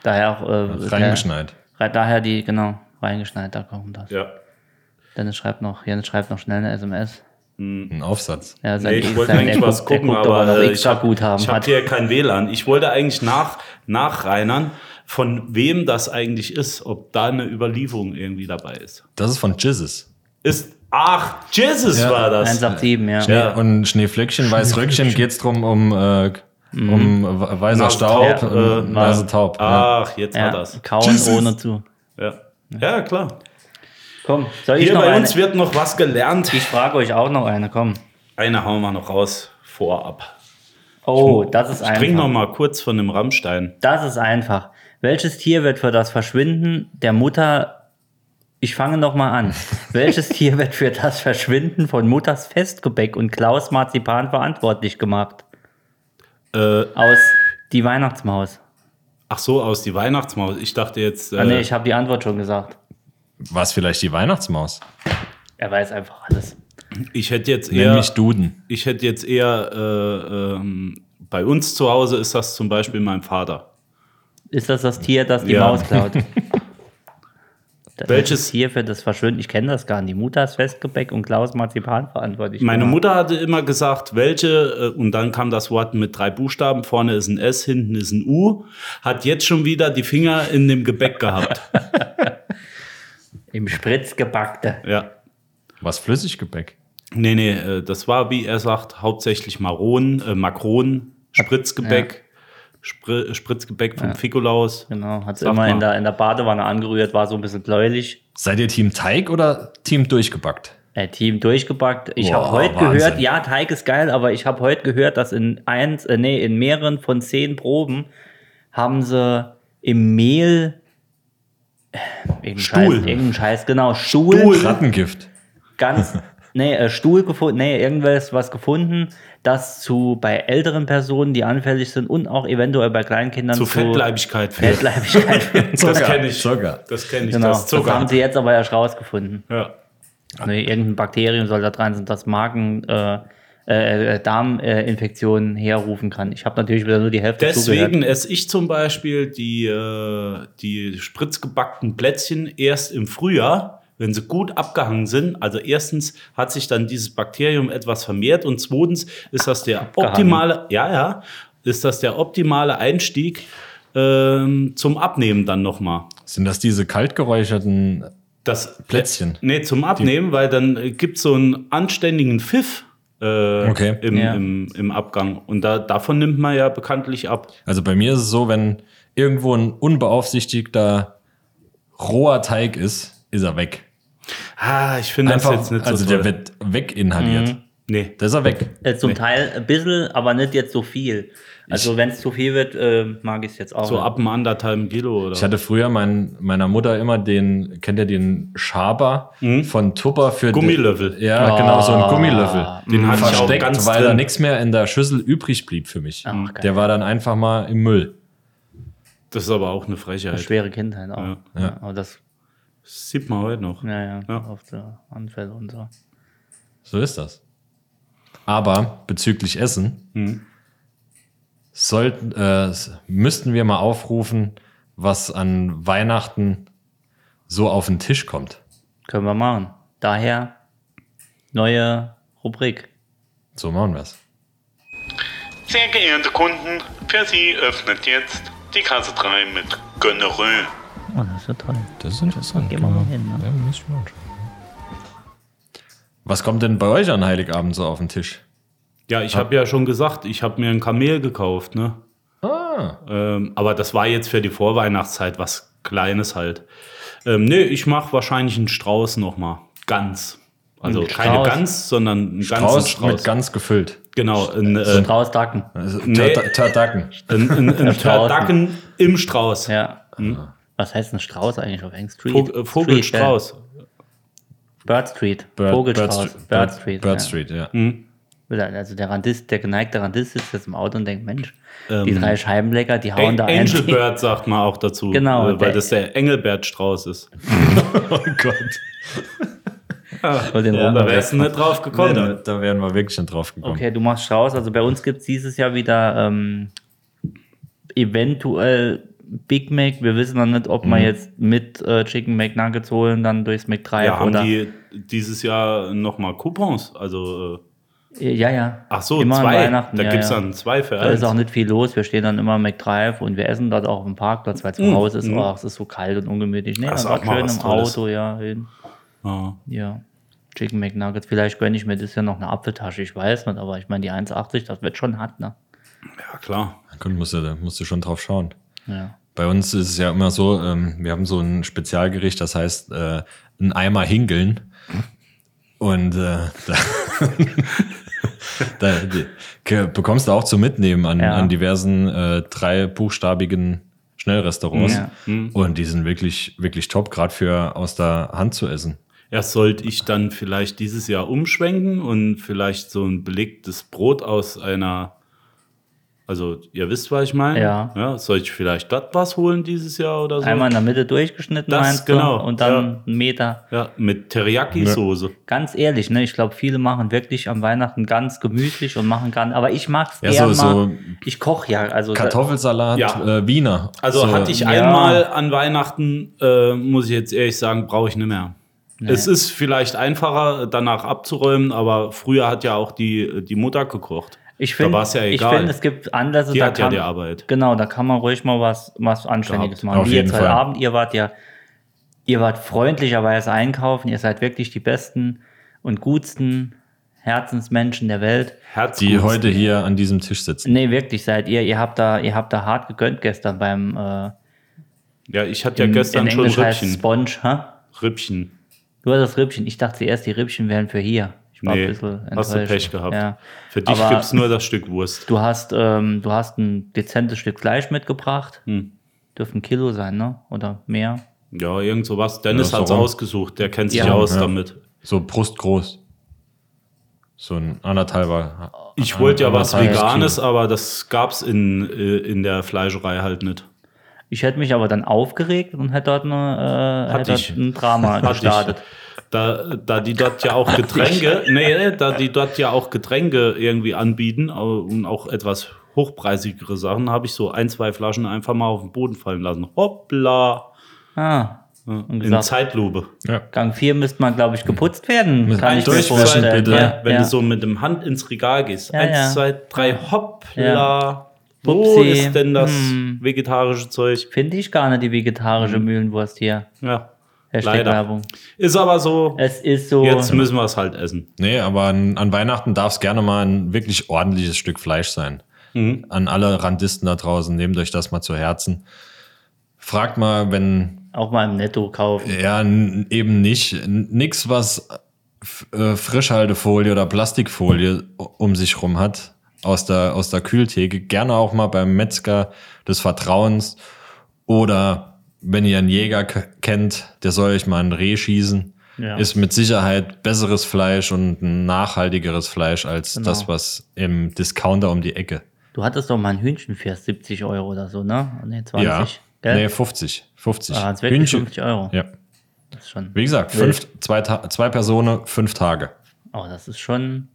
D: Daher auch. Äh,
C: Reingeschneit.
D: Der, daher die, genau, reingeschneit, da kommt das.
B: Ja.
D: Dennis schreibt noch, Jens schreibt noch schnell eine SMS.
C: Ein Aufsatz.
D: Ja,
B: Nee, ich wollte eigentlich was gucken, aber
D: noch
B: äh, ich
D: extra
B: habe
D: gut haben.
B: hab
D: Hat,
B: hier kein WLAN. Ich wollte eigentlich nach, nachreinern, von wem das eigentlich ist, ob da eine Überlieferung irgendwie dabei ist.
C: Das ist von Jizzes.
B: Ist ach, Jesus
C: Ja.
B: war das.
D: 187, ja.
C: Ja. Und Schneeflöckchen, Weißröckchen geht's drum um, äh, um we- weißer
B: Nase
C: Staub,
B: taub, Ah.
C: äh,
B: äh,
C: Nase taub. ja.
B: Ach, jetzt war
D: ja.
B: das.
D: Kauen ohne zu.
B: Ja. ja, klar.
D: Komm, soll ich
B: Hier
D: noch
B: bei
D: eine?
B: uns wird noch was gelernt.
D: ich frage euch auch noch eine, komm.
B: Eine hauen wir noch raus vorab.
D: Oh, das ist
B: Spring noch
D: einfach.
B: mal kurz von dem Rammstein.
D: Das ist einfach. Welches Tier wird für das Verschwinden der Mutter? Ich fange noch mal
B: [laughs]
D: an. Welches Tier wird für das Verschwinden von Mutters Festgebäck und Klaus Marzipan verantwortlich gemacht?
B: Äh,
D: Aus die Weihnachtsmaus.
B: ach so, aus die Weihnachtsmaus. Ich dachte jetzt. Äh,
D: Ah, nee, ich habe die Antwort schon gesagt.
C: War es vielleicht die Weihnachtsmaus?
D: Er weiß einfach alles.
B: Ich hätte jetzt
C: Nenn
B: eher,
C: mich Duden.
B: ich hätte jetzt eher äh, ähm, bei uns zu Hause ist das zum Beispiel mein Vater.
D: Ist das das Tier, das die
B: Ja.
D: Maus
B: [laughs]
D: klaut? Das
B: Welches-
D: Tier für das Verschwinden? Ich kenne das gar nicht. Mutters Festgebäck und Klaus Genau. Marzipan verantwortlich.
B: Meine
D: gemacht.
B: Mutter hatte immer gesagt, welche, äh, und dann kam das Wort mit drei Buchstaben, vorne ist ein S, hinten ist ein U, hat jetzt schon wieder die Finger in dem Gebäck gehabt.
D: Im Spritz gebackte.
B: Ja.
C: Was Flüssiggebäck?
B: Nee, nee, äh, das war, wie er sagt, hauptsächlich Maronen, äh, Makronen, Spritzgebäck, Spri Spritzgebäck vom Fikolaus.
D: Genau, hat es
B: Sag
D: immer in
B: mal.
D: der, in der Badewanne angerührt, war so ein bisschen bläulich.
C: Seid ihr Team Teig oder Team durchgebackt?
D: Äh, Team durchgepackt. Ich
C: Boah,
D: habe heute
C: Wahnsinn.
D: gehört, ja, Teig ist geil, aber ich habe heute gehört, dass in eins, äh, nee, in mehreren von zehn Proben haben sie im Mehl äh, irgendeinen
B: Stuhl.
D: Scheiß, irgendeinen Scheiß, genau, Stuhl,
C: Rattengift.
B: [laughs]
D: ganz, nee, äh, Stuhl gefunden, nee, irgendwas was gefunden, das zu bei älteren Personen, die anfällig sind und auch eventuell bei Kleinkindern
B: Zu Fettleibigkeit führt.
D: Fettleibigkeit führt.
B: [laughs] Das
C: Zucker,
B: kenne ich.
C: Zucker.
B: Das kenne ich.
D: Genau,
B: Das ist
D: das, das
B: Zucker.
D: haben sie jetzt aber erst rausgefunden.
B: ja.
D: Nee, irgendein Bakterium soll da dran sein, das Magen, äh, äh, äh, Darminfektionen herrufen kann. Ich habe natürlich wieder nur die Hälfte
B: Deswegen
D: zugehört.
B: esse ich zum Beispiel die, äh, die spritzgebackten Plätzchen erst im Frühjahr, wenn sie gut abgehangen sind. Also erstens hat sich dann dieses Bakterium etwas vermehrt und zweitens ist das der optimale, ja, ja, ist das der optimale Einstieg ähm, zum Abnehmen dann nochmal.
C: Sind das diese kaltgeräucherten
B: Das
C: Plätzchen?
B: Nee, zum Abnehmen, weil dann gibt es so einen anständigen Pfiff äh,
C: Okay.
B: im,
D: Ja.
B: im, im Abgang. Und da, davon nimmt man ja bekanntlich ab.
C: Also bei mir ist es so, wenn irgendwo ein unbeaufsichtigter roher Teig ist, ist er weg.
B: Ah, ich finde das
C: Einfach,
B: jetzt nicht so
C: also
B: toll. Mhm.
C: der wird weg inhaliert.
B: nee.
C: Der ist er weg.
D: Äh, zum Teil ein bisschen, aber nicht jetzt so viel. Also wenn es zu viel wird, äh, mag ich es jetzt auch.
B: So
D: nicht.
B: ab einem anderthalben Kilo oder
C: Ich hatte früher mein, meiner Mutter immer den, kennt ihr den Schaber von Tupper für
B: Mhm. Gummilöffel.
C: Ja, genau, so
D: Ah.
C: ein Gummilöffel.
B: Den hatte ich auch
C: versteckt,
B: ganz
C: weil da
B: drin.
C: nichts mehr in der Schüssel übrig blieb für mich.
D: Ach, geil.
C: der war dann einfach mal im Müll.
B: Das ist aber auch eine Frechheit.
D: Schwere Kindheit auch.
B: Ja.
D: Ja, aber das,
B: Das sieht man heute noch.
D: naja,
B: Ja.
D: oft äh, Anfälle und so.
C: So ist das. Aber bezüglich Essen sollten, äh, s- müssten wir mal aufrufen, was an Weihnachten so auf den Tisch kommt.
D: Können wir machen. Daher neue Rubrik.
C: So machen wir es.
E: Sehr geehrte Kunden, für Sie öffnet jetzt die Kasse 3 mit Gönnerö.
D: Oh, das ist ja toll.
C: Das ist interessant.
D: Gehen wir mal hin, ne?
C: Was kommt denn bei euch an Heiligabend so auf den Tisch?
B: Ja, ich habe ja schon gesagt, ich habe mir ein Kamel gekauft, ne?
C: Ah,
B: Ähm, aber das war jetzt für die Vorweihnachtszeit was Kleines halt. Ähm, nee, ich mache wahrscheinlich einen Strauß nochmal. Ganz. Also
D: Ein
B: keine
D: Strauß.
B: Gans, sondern einen ganzen
C: Strauß,
B: Strauß.
C: mit ganz gefüllt.
B: genau, ein,
D: So
B: äh,
D: draus dacken.
C: Also,
B: Nee.
C: Tör- Tördacken.
B: ein, ein, ein
D: Straußen.
B: Turdacken im Strauß.
D: Ja. Hm? Was heißt ein Strauß eigentlich auf Eng Street?
B: Vog- äh, Vogelstrauß.
D: Street, Bird Street.
C: Bird-
D: Vogelstrauß.
C: Bird,
D: Bird,
C: Bird
D: Street.
C: Bird
D: ja.
C: Street, ja.
D: Oder Also der Randist, der geneigte Randist sitzt jetzt im Auto und denkt, Mensch, die
C: Ähm,
D: drei Scheibenlecker, die hauen da
B: Angel
D: ein.
B: Bird sagt man auch dazu,
D: Genau,
B: äh, weil
D: der-
B: das der Engelbert Strauß
D: [laughs]
B: ist.
C: Oh
B: [laughs]
C: Gott.
D: [laughs] Und den
B: Ja, da
D: Rumba-
B: wärst du nicht drauf
C: Nee,
B: gekommen.
C: da, da wären wir wirklich schon drauf gekommen.
D: Okay, du machst Strauß. Also bei uns gibt es dieses Jahr wieder ähm, eventuell Big Mac. Wir wissen noch nicht, ob wir
B: Mhm.
D: jetzt mit äh, Chicken McNuggets holen, dann durchs McDrive
B: ja, haben
D: oder.
B: die dieses Jahr nochmal Coupons? Also, äh,
D: ja, ja.
B: ach so,
D: Immer an
B: zwei.
D: Weihnachten,
B: Da
D: ja,
B: gibt es
D: ja.
B: dann zwei für
D: Da ist auch
B: eins.
D: nicht viel los. Wir stehen dann immer im McDrive und wir essen dort auch im Parkplatz, weil es zu Hause ist. Oh, es ist so kalt und ungemütlich. Nee,
B: Mhm, Das ist
D: dann
B: auch
D: dort
B: mal
D: schön
B: was
D: im
B: Tolles.
D: Auto, ja. Hin.
B: Ja.
D: Ja. Chicken McNuggets, vielleicht gönne ich mir das ja noch eine Apfeltasche, ich weiß nicht, aber ich meine, die 1,80, das wird schon hart, ne?
B: ja, klar.
C: Gut, musst du, da musst du schon drauf schauen.
D: Ja.
C: Bei uns ist es ja immer so, ähm, wir haben so ein Spezialgericht, das heißt äh, [laughs] ein Eimer Hinkeln. Und äh, da, da, die, ke- bekommst du auch zum Mitnehmen an,
D: Ja.
C: an diversen äh, dreibuchstabigen Schnellrestaurants.
D: Ja. Mhm.
C: Und die sind wirklich, wirklich top, gerade für aus der Hand zu essen.
B: Erst sollte ich dann vielleicht dieses Jahr umschwenken und vielleicht so ein belegtes Brot aus einer, also ihr wisst, was ich meine.
D: Ja.
B: ja soll ich vielleicht das was holen dieses Jahr oder so?
D: Einmal in der Mitte durchgeschnitten,
B: Das,
D: meinst du?
B: genau,
D: Und dann einen Meter.
B: ja, mit Teriyaki-Soße.
D: Ganz ehrlich, ne? Ich glaube, viele machen wirklich am Weihnachten ganz gemütlich und machen ganz. Aber ich mag's
C: Ja,
D: eher
C: so- so
D: mal. Ich koche ja, also
C: Kartoffelsalat,
B: Ja.
C: äh, Wiener.
B: Also
C: so,
B: hatte ich
D: ja.
B: einmal an Weihnachten, äh, muss ich jetzt ehrlich sagen, brauche ich nicht mehr. Es ist vielleicht einfacher, danach abzuräumen, aber früher hat ja auch die, die Mutter gekocht.
D: ich
B: da
D: finde,
B: war's ja
D: ich
B: egal.
D: finde, es gibt Anlässe,
B: Die
D: da
B: hat ja
D: kann,
B: die Arbeit.
D: Genau, da kann man ruhig mal was, was Anständiges
B: Gehabt.
D: machen.
C: Auf
D: Wie
C: jeden
D: jetzt heute
C: Fall.
D: Abend, ihr wart ja, ihr wart freundlicherweise einkaufen, ihr seid wirklich die besten und gutsten Herzensmenschen der Welt.
B: Herzgut.
C: die heute hier an diesem Tisch sitzen.
D: Nee, wirklich seid ihr, ihr habt da, ihr habt da hart gegönnt gestern beim äh,
B: Ja, ich hatte ja
D: in-
B: gestern
D: in
B: schon
D: Englisch heißt
B: Rippchen.
D: Sponge, hä?
B: Rippchen.
D: Du hattest Rippchen. Ich dachte erst, die Rippchen wären für hier. Ich war
B: Nee,
D: ein bisschen enttäuscht.
B: hast du Pech gehabt.
D: Ja.
B: Für dich
D: Aber-
B: gibt es nur das Stück Wurst.
D: Du hast, ähm, du hast ein dezentes Stück Fleisch mitgebracht.
B: Hm.
D: Dürfte ein Kilo sein, ne? Oder mehr.
B: Ja, irgend sowas. Dennis
C: Ja,
B: hat's
C: warum?
B: ausgesucht. Der kennt sich
D: Ja.
B: aus
C: Ja.
B: damit.
C: So brustgroß. So ein anderthalber.
B: Ich wollte ja was
C: anderthalbes
B: Veganes,
C: Kilo.
B: aber das gab's in, äh, in der Fleischerei halt nicht.
D: Ich hätte mich aber dann aufgeregt und hätte dort, eine, äh,
B: Hat
D: hätte dort
B: dich.
D: ein
B: [laughs]
D: Drama
B: Hat
D: gestartet.
B: Ich. Da, da die dort ja auch Getränke, nee, da die dort ja auch Getränke irgendwie anbieten au- und auch etwas hochpreisigere Sachen, habe ich so ein, zwei Flaschen einfach mal auf den Boden fallen lassen. Hoppla.
D: Ah,
B: In
D: gesagt.
B: Zeitlupe.
C: Ja.
D: Gang 4 müsste man, glaube ich, geputzt werden.
C: Mit
D: Kann
C: einem
D: ich mir
C: Durchwischen,
D: vorstellen.
C: bitte.
D: Ja,
B: ne? Wenn
D: ja.
B: du so mit dem Hand ins Regal gehst.
D: Ja,
B: Eins,
D: ja.
B: zwei, drei, hoppla.
D: Ja.
B: Wo
D: Upsi.
B: ist denn das
D: Hm.
B: vegetarische Zeug?
D: Finde ich gar nicht die vegetarische Mühlenwurst hier.
B: Ja.
D: Hashtag
B: Hm. Leider.
D: Werbung.
B: Ist aber so,
D: Es ist so.
B: jetzt müssen wir es halt essen.
C: Nee, aber an, an Weihnachten darf es gerne mal ein wirklich ordentliches Stück Fleisch sein. An alle Randisten da draußen, nehmt euch das mal zu Herzen. Fragt mal, wenn
D: auch mal im Netto kaufen.
C: ja n- eben nicht, n- nix was f- äh, Frischhaltefolie oder Plastikfolie o- um sich rum hat aus der aus der Kühltheke, gerne auch mal beim Metzger des Vertrauens oder wenn ihr einen Jäger k- kennt, der soll euch mal ein Reh schießen.
D: Ja.
C: Ist mit Sicherheit besseres Fleisch und ein nachhaltigeres Fleisch als
D: Genau.
C: das, was im Discounter um die Ecke.
D: Du hattest doch mal ein Hühnchen für 70 Euro oder so, ne? Nee, 20.
C: Ja.
D: Gell?
C: Nee, 50. 50.
D: ah, jetzt wirklich
C: Hühnchen.
D: 50 Euro.
C: Ja.
D: Das ist schon.
C: Wie gesagt, fünf, zwei, Ta- zwei Personen, fünf Tage.
D: Oh, das ist schon.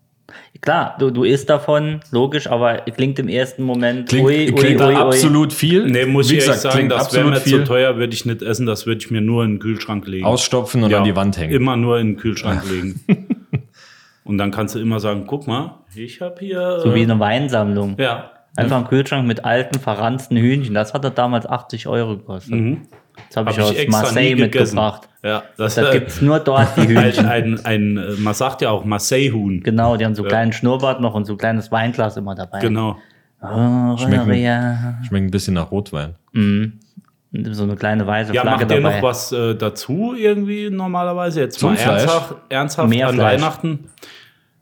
D: Klar, du, du isst davon, logisch, aber klingt im ersten Moment.
C: Klingt, klingt absolut viel.
B: Nee, muss
C: Wie
B: ich
C: gesagt,
B: ehrlich sagen,
C: klingt
B: das wäre
C: absolut
B: mir
C: viel.
B: zu teuer, würde ich nicht essen, das würde ich mir nur in den Kühlschrank legen.
C: Ausstopfen und
B: Ja,
C: an die Wand hängen.
B: Immer nur in den Kühlschrank legen.
D: [laughs]
B: Und dann kannst du immer sagen, guck mal, ich habe hier...
D: So wie
B: äh,
D: eine Weinsammlung.
B: ja,
D: Einfach einen Kühlschrank mit alten, verranzten Hühnchen. Das hat er damals 80 Euro gekostet. Das
B: habe
D: habe ich
B: Mhm. ich
D: aus
B: extra
D: Marseille
B: nie gegessen.
D: mitgebracht.
B: Ja, das,
D: Das
B: [laughs] äh,
D: gibt es nur dort,
B: [laughs]
D: die
B: ein,
D: Hühnchen.
B: ein, ein, äh, man sagt ja auch Marseille-Huhn.
D: genau, die haben so einen kleinen Schnurrbart noch und so ein kleines Weinglas immer dabei.
B: Genau.
D: Oh, Maria.
C: Schmeckt ein bisschen nach Rotwein.
D: Und so eine kleine weiße
B: Ja,
D: Flagge
B: macht ihr
D: dabei.
B: noch was äh, dazu irgendwie normalerweise? Jetzt
C: Zum
B: mal
C: Fleisch?
B: ernsthaft, ernsthaft
D: Mehr
B: an
D: Fleisch.
B: Weihnachten.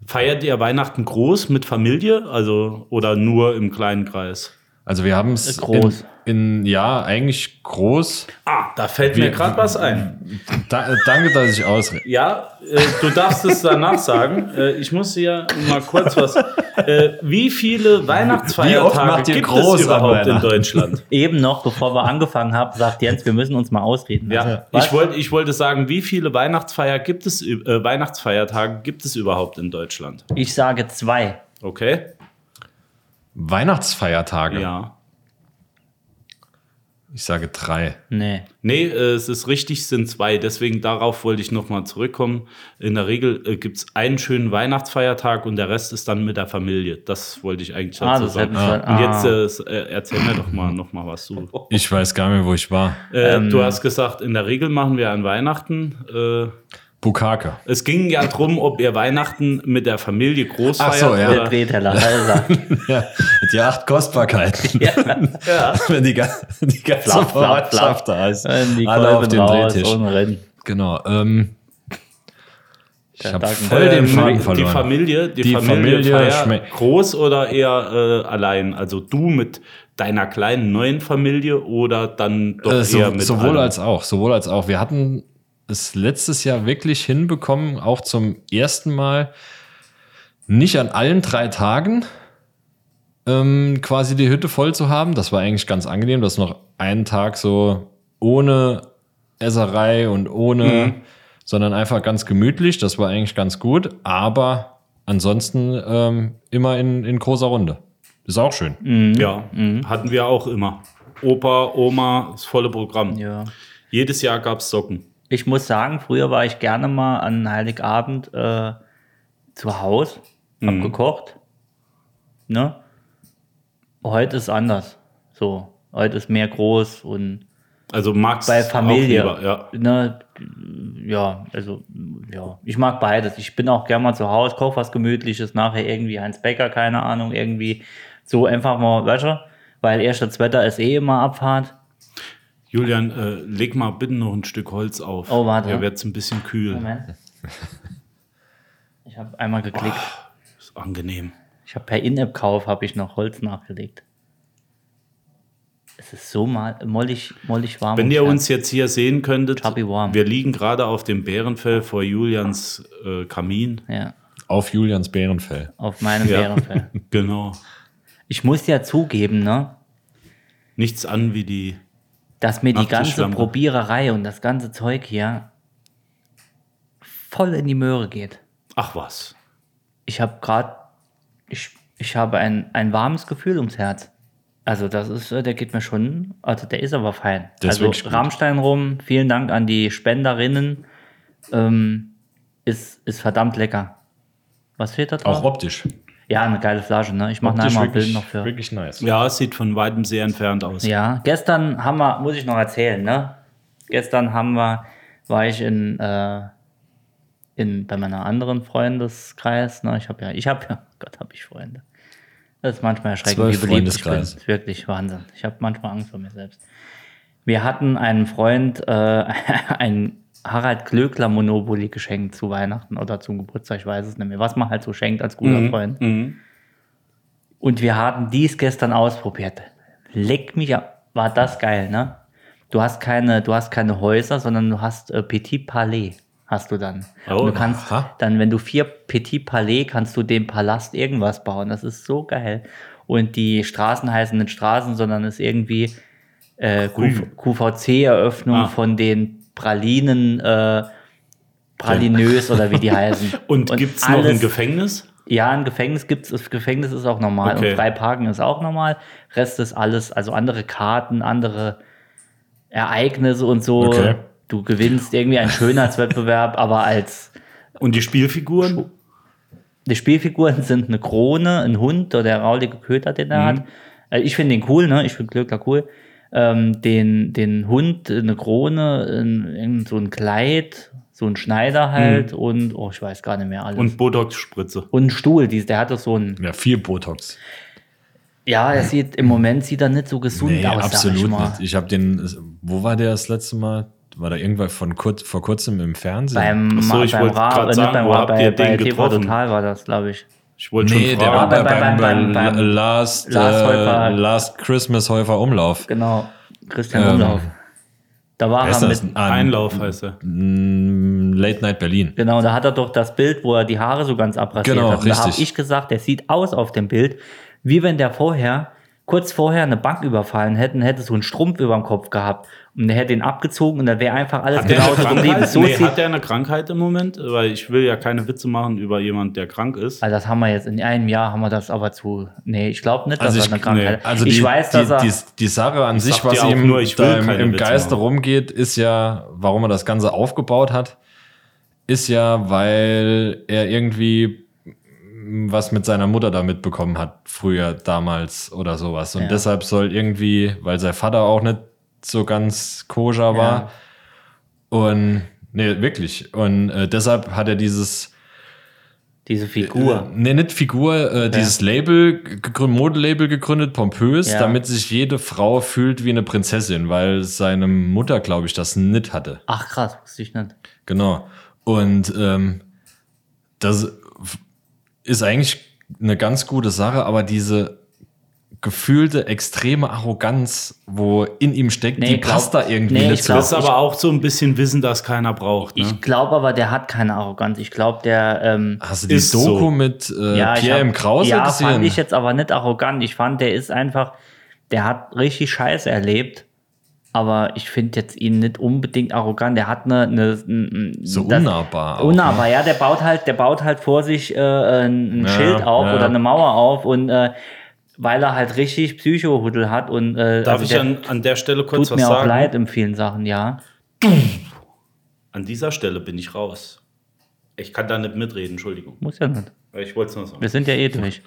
B: Feiert ihr Weihnachten groß mit Familie? Also oder nur im kleinen Kreis?
C: Also wir haben es
D: Äh, Groß.
C: In, in, ja, eigentlich groß.
B: Ah, da fällt mir
C: Wir-
B: gerade was ein.
C: Da, äh, danke, dass ich ausrede.
B: Ja, äh, du darfst es danach [laughs] sagen. Äh, ich muss dir mal kurz was. Äh, wie viele
C: Wie oft
B: Weihnachtsfeiertage
C: macht ihr
B: gibt
C: groß
B: es
C: an
B: überhaupt in
C: Weihnachten?
B: Deutschland?
D: Eben noch, bevor wir angefangen haben, sagt Jens, wir müssen uns mal ausreden. Also,
B: Ja,
D: Was?
B: ich wollte, ich wollte sagen, wie viele Weihnachtsfeier gibt es, ü- äh, Weihnachtsfeiertage gibt es überhaupt in Deutschland?
D: ich sage zwei.
B: Okay?
C: Weihnachtsfeiertage.
B: Ja.
C: Ich sage drei.
D: Nee.
B: Nee, äh, es ist richtig, es sind zwei. Deswegen darauf wollte ich nochmal zurückkommen. In der Regel äh, gibt es einen schönen Weihnachtsfeiertag und der Rest ist dann mit der Familie. Das wollte ich eigentlich
D: Ah,
B: dazu
D: das
B: sagen.
D: hätten wir-
B: Und
D: ah.
B: jetzt äh, s- äh, erzähl mir doch mal nochmal was
D: [laughs]
B: du.
D: Oh.
C: Ich weiß gar nicht mehr, wo ich war.
B: Äh,
C: Ähm.
B: du hast gesagt, in der Regel machen wir an Weihnachten. Äh,
C: Bukake. [laughs]
B: es ging ja drum, ob ihr Weihnachten mit der Familie groß
C: Ach
B: feiert.
C: so, ja.
D: Der
B: oder [laughs]
D: Drehteller, da ist er.
C: Ja, die acht
D: [laughs]
C: Kostbarkeiten. [laughs] Wenn die, ga- die ganze
D: Flach, flach, flach.
C: Verwandtschaft da ist.
D: Wenn äh, die
C: Alle auf
D: Kolben
C: dem
D: raus
C: Drehtisch.
D: und rennen.
C: Genau. Ähm, Ich habe voll den Faden verloren.
B: Ähm, Die Familie, die,
C: Die
B: Familie,
C: Familie
B: Feier,
C: schmeckt-
B: groß oder eher äh, allein? Also du mit deiner kleinen neuen Familie oder dann doch
C: Äh, so,
B: eher mit
C: sowohl
B: allen?
C: als auch, sowohl als auch. Wir hatten es letztes Jahr wirklich hinbekommen, auch zum ersten Mal nicht an allen drei Tagen ähm, quasi die Hütte voll zu haben. Das war eigentlich ganz angenehm, dass noch einen Tag so ohne Esserei und ohne,
B: Mhm.
C: sondern einfach ganz gemütlich. Das war eigentlich ganz gut, aber ansonsten ähm, immer in, in großer Runde. Ist auch schön.
B: Mhm. Ja,
C: Mhm.
B: hatten wir auch immer. Opa, Oma, das volle Programm.
D: Ja.
B: Jedes Jahr gab es Socken.
D: Ich muss sagen, früher war ich gerne mal an Heiligabend äh, zu Hause, hab
B: Mhm.
D: gekocht. Ne? Heute ist anders. So, heute ist mehr groß und
B: Also Max
D: bei Familie.
B: Auch lieber, ja.
D: Ne, ja, also ja, ich mag beides. Ich bin auch gerne mal zu Hause, koche was Gemütliches, nachher irgendwie Heinz Becker, keine Ahnung, irgendwie so einfach mal, weißt du, weil erst das Wetter ist eh immer Abfahrt.
B: Julian, äh, leg mal bitte noch ein Stück Holz auf.
D: Oh, warte.
B: Ja, wird's ein bisschen kühl.
D: Moment. Ich habe einmal geklickt.
B: Ist angenehm.
D: Ich habe per In-App-Kauf habe ich noch Holz nachgelegt. Es ist so mal mollig, mollig warm.
B: Wenn
D: und
B: ihr
D: fern.
B: uns jetzt hier sehen könntet,
D: Chubby warm.
B: wir liegen gerade auf dem Bärenfell vor Julians äh,
D: [laughs]
B: Kamin.
D: ja,
C: Auf Julians Bärenfell.
D: auf meinem
B: Ja.
D: Bärenfell.
B: Genau.
D: Ich muss ja zugeben, ne?
B: Nichts an wie die.
D: dass mir die
B: Nachttisch
D: ganze
B: Lampe.
D: Probiererei und das ganze Zeug hier voll in die Möhre geht.
B: Ach was.
D: Ich habe gerade, ich, ich habe ein, ein warmes Gefühl ums Herz. Also das ist, äh, der geht mir schon, also der ist aber fein.
C: Der ist
D: also
C: wirklich gut.
D: Rammstein rum, vielen Dank an die Spenderinnen. Ähm, ist, ist verdammt lecker. Was fehlt da
C: Auch
D: drauf?
C: optisch.
D: ja, eine geile Flasche, ne? Ich mache
C: Optisch
D: nachher mal ein
C: wirklich,
D: Bild noch für.
C: wirklich nice.
B: Ja, es sieht von weitem sehr entfernt aus.
D: Ja, gestern haben wir, muss ich noch erzählen, ne? Gestern haben wir, war ich in, äh, in bei meiner anderen Freundeskreis, ne? Ich habe ja, ich habe ja, Gott, habe ich Freunde. Das ist manchmal erschreckend,
C: Zwölf
D: wie beliebt ich bin.
C: Freundeskreis.
D: Das ist wirklich Wahnsinn. Ich habe manchmal Angst vor mir selbst. Wir hatten einen Freund, äh, [laughs] ein Harald Klöckler Monopoly geschenkt zu Weihnachten oder zum Geburtstag, ich weiß es nicht mehr, was man halt so schenkt als guter Freund. Und wir haben dies gestern ausprobiert. Leck mich ab. War das geil, ne? Du hast keine, du hast keine Häuser, sondern du hast äh, Petit Palais. Hast du dann.
B: Oh,
D: Und du kannst
C: aha.
D: dann, wenn du vier Petit Palais, kannst du dem Palast irgendwas bauen. Das ist so geil. Und die Straßen heißen nicht Straßen, sondern ist irgendwie äh,
B: Grün.
D: QVC-Eröffnung
B: Ah.
D: von den Pralinen, äh, Pralinös
B: [laughs]
D: oder wie die heißen.
B: Und, gibt's noch ein
D: alles-
B: Gefängnis?
D: ja, ein Gefängnis gibt's, das Gefängnis ist auch normal
B: Okay.
D: und frei parken ist auch normal. Rest ist alles, also andere Karten, andere Ereignisse und so.
C: Okay.
D: Du gewinnst irgendwie
B: [laughs]
D: einen Schönheitswettbewerb, aber als
B: Und die Spielfiguren?
D: die Spielfiguren sind eine Krone, ein Hund oder der raulige Köter, den
B: Mhm.
D: er hat. Äh, Ich finde den cool, ne? Ich finde Glöckler cool. Ähm, den, den Hund, eine Krone, ein, irgend so ein Kleid, so ein Schneider halt und, oh, ich weiß gar nicht mehr alles.
B: Mhm. Und Botox-Spritze.
D: und ein Stuhl, dies, der hat doch so einen
C: Ja, viel Botox.
D: Ja, er sieht im Moment sieht er nicht so gesund
C: Nee,
D: aus. sag ich
C: absolut
D: mal.
C: nicht. Ich habe den, wo war der das letzte Mal? War da irgendwann von kurz, vor kurzem im Fernsehen?
D: Beim,
B: Ach so, ich
D: beim
B: wollte
D: Ra,
B: grad
D: äh, nicht
B: sagen,
D: beim
B: wo
D: Ra,
B: habt
D: bei,
B: ihr
D: bei
B: den
D: TV
B: getroffen?
D: Total war das, glaube ich.
B: Ich wollte
C: nee,
B: schon
C: der war
B: fragen.
C: bei,
D: bei-
C: beim,
D: beim-
C: bei
D: beim- beim-
C: Last,
D: Last
C: äh,
D: Häufer.
C: Last Christmas Häufer Umlauf.
D: Genau, Christian
C: Ähm,
D: Umlauf. Da war
C: Wer ist
D: er
C: das?
D: mit,
C: Ah,
B: Einlauf heißt er.
C: Late Night Berlin.
D: genau, da hat er doch das Bild, wo er die Haare so ganz abrasiert
C: Genau,
D: hat. Und da habe
C: richtig.
D: ich gesagt, der sieht aus auf dem Bild, wie wenn der vorher, kurz vorher eine Bank überfallen hätte und hätte so einen Strumpf über dem Kopf gehabt. Und er hätte ihn abgezogen und dann wäre einfach alles
B: Hat der
D: genau
B: eine
D: so geblieben.
B: Krankheit?
D: So
B: Nee,
D: sieht,
B: hat der eine Krankheit im Moment? Weil ich will ja keine Witze machen über jemanden, der krank ist.
D: Also das haben wir jetzt in einem Jahr haben wir das aber zu. Nee, ich glaube nicht, dass
C: Also
D: er
C: ich-
D: eine Krankheit
B: nee,
D: hat.
C: Also
D: ich
C: die,
D: weiß,
C: die,
D: dass er.
C: die, die Sache an sich,
B: sag
C: was
B: dir auch
C: ihm
B: nur, ich will
C: da im,
B: keine
C: im
B: Witze
C: Geiste
B: machen.
C: rumgeht, ist ja, warum er das Ganze aufgebaut hat, ist ja, weil er irgendwie was mit seiner Mutter da mitbekommen hat, früher, damals oder sowas. Und
D: Ja.
C: deshalb soll irgendwie, weil sein Vater auch nicht so ganz koscher war. Und, nee, wirklich. Und äh, deshalb hat er dieses
D: diese Figur.
C: Nee, nicht Figur, äh, dieses Label, gegründet, Modelabel gegründet, pompös,
D: Ja.
C: damit sich jede Frau fühlt wie eine Prinzessin, weil seine Mutter, glaube ich, das nicht hatte.
D: Ach krass, wusste ich nicht.
C: Genau. Und ähm, das ist eigentlich eine ganz gute Sache, aber diese gefühlte extreme Arroganz, wo in ihm steckt,
D: Nee,
C: die
D: glaub-
C: passt da irgendwie
D: nee, ich
C: nicht
D: glaub-
C: zu.
B: Das ist aber auch so ein bisschen Wissen, das keiner braucht. Ne?
D: Ich glaube aber, der hat keine Arroganz. Ich glaube, der. Ähm,
C: Hast du die
B: Ist so.
C: Doku mit äh,
D: ich
C: Ah, Pierre
D: hab-
C: M. Krause
D: Ja,
C: gesehen?
D: fand ich jetzt aber nicht arrogant. Ich fand, der ist einfach, der hat richtig Scheiße erlebt. Aber ich finde jetzt ihn nicht unbedingt arrogant. Der hat eine, eine n- n-
C: So
D: das-
C: unnahbar auch, ne?
B: ne?
D: unnahbar, ja. Der baut halt, der baut halt vor sich äh, ein ein
C: Ja,
D: Schild auf
C: ja.
D: oder eine Mauer auf und äh, weil er halt richtig Psychohudel hat und äh,
B: Darf
D: also
B: ich
D: der
B: an, an der Stelle kurz
D: tut
B: was
D: mir auch
B: sagen?
D: leid in vielen Sachen, ja.
B: An dieser Stelle bin ich raus. Ich kann da nicht mitreden, Entschuldigung.
D: Muss ja nicht.
B: Ich wollte es nur sagen.
D: Wir sind ja eh durch.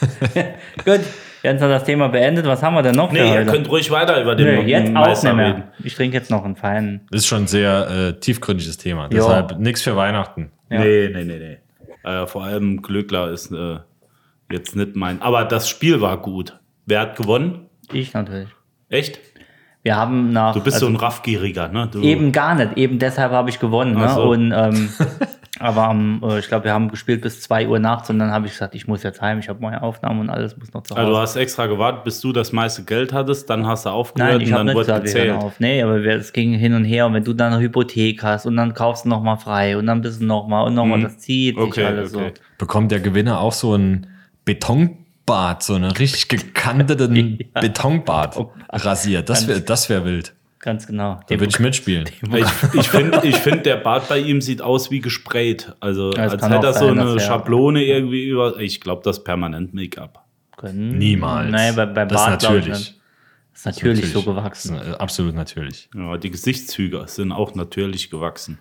D: [laughs] Gut, jetzt noch das Thema beendet. Was haben wir denn noch? für
B: Nee, ihr
D: heute?
B: könnt ruhig weiter über den
D: Nö, also- jetzt auch
B: Meister
D: nicht
B: reden.
D: mehr. Ich trinke jetzt noch einen feinen.
C: Ist schon ein sehr äh, tiefgründiges Thema.
D: Ja.
C: Deshalb nichts für Weihnachten.
D: Ja.
B: Nee, nee, nee, nee. Äh, vor allem Glöckler ist äh, jetzt nicht mein. Aber das Spiel war gut. Wer hat gewonnen?
D: Ich natürlich.
B: Echt?
D: Wir haben nach.
B: Du bist
D: also
B: so ein Raffgieriger, ne? Du,
D: Eben gar nicht. Eben deshalb habe ich gewonnen. Ne?
B: Ach so. [laughs]
D: Und, ähm, aber am, äh, ich glaube, wir haben gespielt bis 2 Uhr nachts und dann habe ich gesagt, ich muss jetzt heim. Ich habe meine Aufnahmen und alles muss noch zu Hause.
B: Also du hast extra gewartet, bis du das meiste Geld hattest, dann hast du aufgehört
D: Nein, ich
B: und
D: habe
B: dann
D: nicht
B: wurde
D: gesagt, wir hören
B: gezählt.
D: auf. Nee, aber wir- es ging hin und her. Und wenn du dann eine Hypothek hast und dann kaufst du nochmal frei und dann bist du nochmal und nochmal, das zieht sich
B: Mhm. Okay,
D: alles
B: okay.
D: so.
C: Bekommt der Gewinner auch so ein Betonbad, so einen richtig
D: [laughs]
C: gekanteten Betonbad
D: Oh.
C: rasiert. Das wäre das wär wild.
D: Ganz genau.
C: Da würde ich
D: [laughs]
C: mitspielen.
B: Ich, ich finde, ich find, der Bart bei ihm sieht aus wie gesprayt. Also
D: das
B: als
D: kann
B: hätte er
D: auch
B: so
D: sein,
B: eine
D: dass er-
B: Schablone irgendwie über. Ich glaube, das ist permanent Make-up.
D: können.
C: Niemals.
D: Nee, bei, bei
C: das
D: Bart,
C: ist
D: glaub ich,
C: natürlich.
D: nicht. ist natürlich, so gewachsen.
C: Das ist, äh, Absolut natürlich.
B: Ja, die Gesichtszüge sind auch natürlich gewachsen.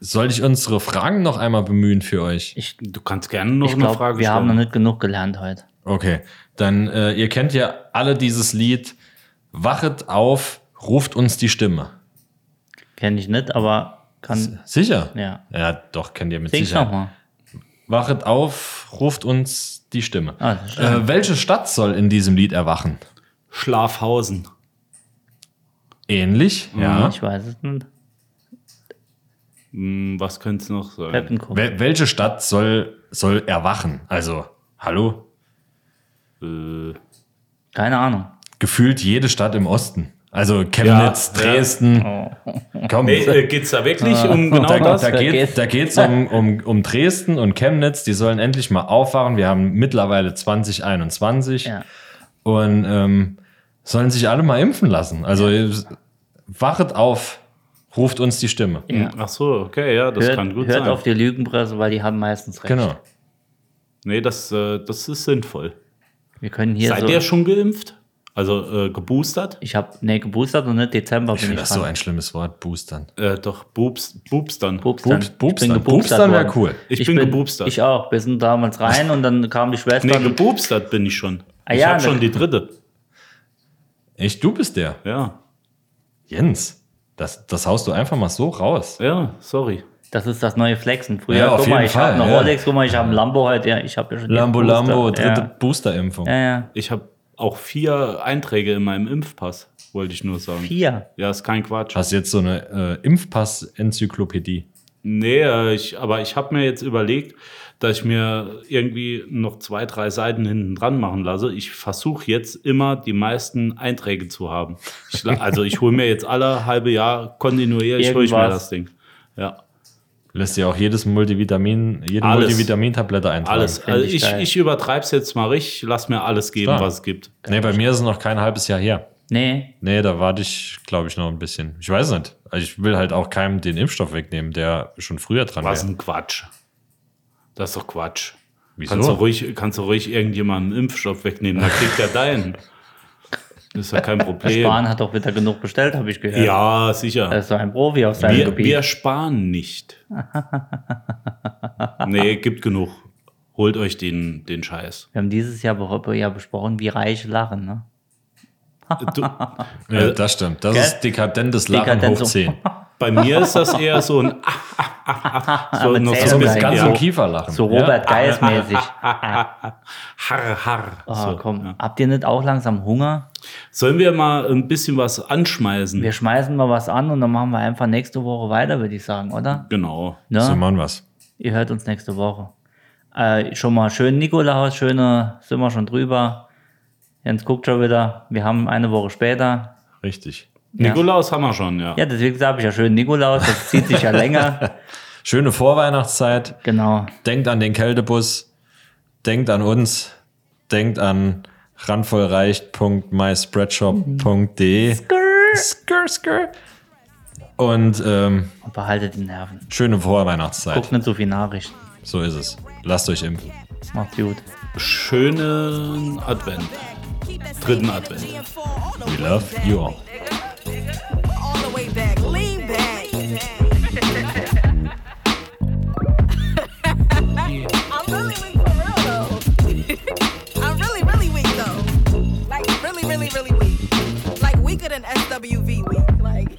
C: Sollte ich unsere Fragen noch einmal bemühen für euch?
B: Du kannst gerne noch
D: Ich
B: eine
D: glaube,
B: Frage
D: wir
B: stellen.
D: haben noch nicht genug gelernt heute.
C: Okay, dann äh, ihr kennt ja alle dieses Lied. Wachet auf, ruft uns die Stimme.
D: Kenne ich nicht, aber kann.
C: Sicher?
D: Ja.
C: Ja, doch, kennt ihr mit
D: Sing's
C: Sicherheit.
D: nochmal.
C: Wachet auf, ruft uns die Stimme.
D: Ah, das ist
C: äh, welche Stadt soll in diesem Lied erwachen?
B: Schlafhausen.
C: Ähnlich, ja.
D: Ich weiß es nicht.
B: Hm, was könnte es noch sein?
D: Peppenkuchen.
C: Wel welche Stadt soll, soll erwachen? Also, hallo?
B: Äh,
D: Keine Ahnung.
C: Gefühlt jede Stadt im Osten. Also Chemnitz,
B: Ja, ja.
C: Dresden. [laughs] Komm,
B: nee, äh, geht's da wirklich
D: Ah,
B: um
D: [laughs]
B: genau
C: da,
B: das?
C: da, geht,
D: vergessen.
C: da geht's um, um, um Dresden und Chemnitz. Die sollen endlich mal aufwachen. Wir haben mittlerweile 2021
D: Ja.
C: und ähm, sollen sich alle mal impfen lassen. Also wachet auf, ruft uns die Stimme.
B: Ach so, okay, ja, das
D: Hört,
B: kann gut
D: hört
B: sein.
D: auf die Lügenpresse, weil die haben meistens recht.
C: Genau.
B: nee, das, äh, das ist sinnvoll.
D: Wir können hier
B: Seid
D: so.
B: ihr schon geimpft? Also äh, geboostert?
D: ich habe nee, geboostert und nicht Dezember
C: Ich
D: bin ich,
C: finde das
D: dran.
C: so ein schlimmes Wort, boostern.
B: Äh, doch, Boobs, Boobstern.
D: Boobstern.
C: Boobs-
D: Ich bin
C: Boobstern.
D: geboobstert
C: Boobstern wär
D: worden.
C: cool.
B: Ich bin geboobstert.
D: Ich auch. Wir sind damals rein und dann kam die Schwester.
B: nee,
D: und-
B: geboobstert bin ich schon.
D: Ah,
B: ich
D: ja,
B: habe
D: ne.
B: schon die dritte.
C: Echt, du bist der.
B: Ja,
C: Jens, das, das haust du einfach mal so raus.
D: Äh,
B: ja, sorry.
D: das ist das neue Flexen. Früher,
C: Ja, auf
D: guck mal,
C: jeden
D: ich habe
C: Fall,
D: eine
C: ja.
D: Rolex, guck mal, ich habe einen Lambo heute. Ja, ich habe ja schon die
C: Lambo
D: Booster.
C: Lambo, dritte
D: Ja. Äh.
C: Boosterimpfung.
D: Ja, ja.
B: Ich habe auch vier Einträge in meinem Impfpass, wollte ich nur sagen.
D: Vier.
B: Ja, ist kein Quatsch.
C: Hast jetzt so eine äh, Impfpass-Enzyklopädie.
B: Nee, äh, ich, aber ich habe mir jetzt überlegt, dass ich mir irgendwie noch zwei, drei Seiten hinten dran machen lasse. Ich versuche jetzt immer die meisten Einträge zu haben. Ich, la- also ich hole mir jetzt alle halbe Jahr kontinuierlich hol ich mir
D: Irgendwas.
B: das Ding. Ja,
C: Lässt dir auch jedes Multivitamin, jede
B: Alles.
C: Multivitamintablette eintragen.
B: alles. Also
D: ich
B: ich,
D: geil.
B: ich übertreibe es jetzt mal richtig, lass mir alles geben,
C: Klar.
B: was es gibt.
C: Nee, bei mir ist es noch kein halbes Jahr her.
D: Nee,
C: Nee, da warte ich, glaube ich, noch ein bisschen. Ich weiß nicht. Also ich will halt auch keinem den Impfstoff wegnehmen, der schon früher dran
B: Was
C: war.
B: ein Quatsch. Das ist doch Quatsch.
C: Wieso?
B: Kannst du, ruhig, kannst du ruhig irgendjemandem einen Impfstoff wegnehmen, dann kriegt er deinen. Das ist ja kein Problem.
D: Bahn hat doch wieder genug bestellt, habe ich gehört.
B: Ja, sicher.
D: Er ist so ein Profi auf seinem
B: Wir,
D: Gebiet.
B: wir sparen nicht. nee, gibt genug. Holt euch den, den Scheiß.
D: Wir haben dieses Jahr be ja besprochen, wie Reiche lachen. Ne?
B: Du,
C: Ja, das stimmt. Das
D: Gell?
C: ist dekadentes Lachen
D: Dekadent
C: hoch
D: so.
C: 10.
B: bei mir ist das eher so ein [laughs] ah, ah, ah, ah, so,
D: Mit
B: noch so
D: Zähnen
B: ein
C: Das
B: bisschen,
C: ist ganz
D: Ja.
C: im Kieferlachen.
D: So Robert Geis mäßig.
B: Har, har.
D: Oh,
B: so,
D: Ah, komm,
B: ja.
D: habt ihr nicht auch langsam Hunger?
B: Sollen wir mal ein bisschen was anschmeißen?
D: Wir schmeißen mal was an und dann machen wir einfach nächste Woche weiter, würde ich sagen, oder?
B: genau.
D: Ne?
C: So machen wir's.
D: Ihr hört uns nächste Woche. Äh, schon mal schön Nikolaus, schöne, sind wir schon drüber. Jens guckt schon wieder. Wir haben eine Woche später.
C: Richtig.
B: Nikolaus haben wir schon, ja.
D: Ja, deswegen sage ich ja schön Nikolaus, das zieht sich ja länger.
C: Schöne Vorweihnachtszeit.
D: Genau.
C: Denkt an den Kältebus. Denkt an uns. Denkt an randvollreicht.myspreadshop.de. Skrr, skrr. Und ähm,
D: Und behaltet die Nerven.
C: schöne Vorweihnachtszeit.
D: Guckt nicht so viel Nachrichten.
C: So ist es. Lasst euch impfen.
D: Macht's gut.
B: Schönen Advent. Dritten Advent.
C: We love you all.
A: all the way back. Lean back.
F: I'm really weak for real though. I'm really, really weak though. Like really, really, really weak. Like weaker than SWV weak. Like.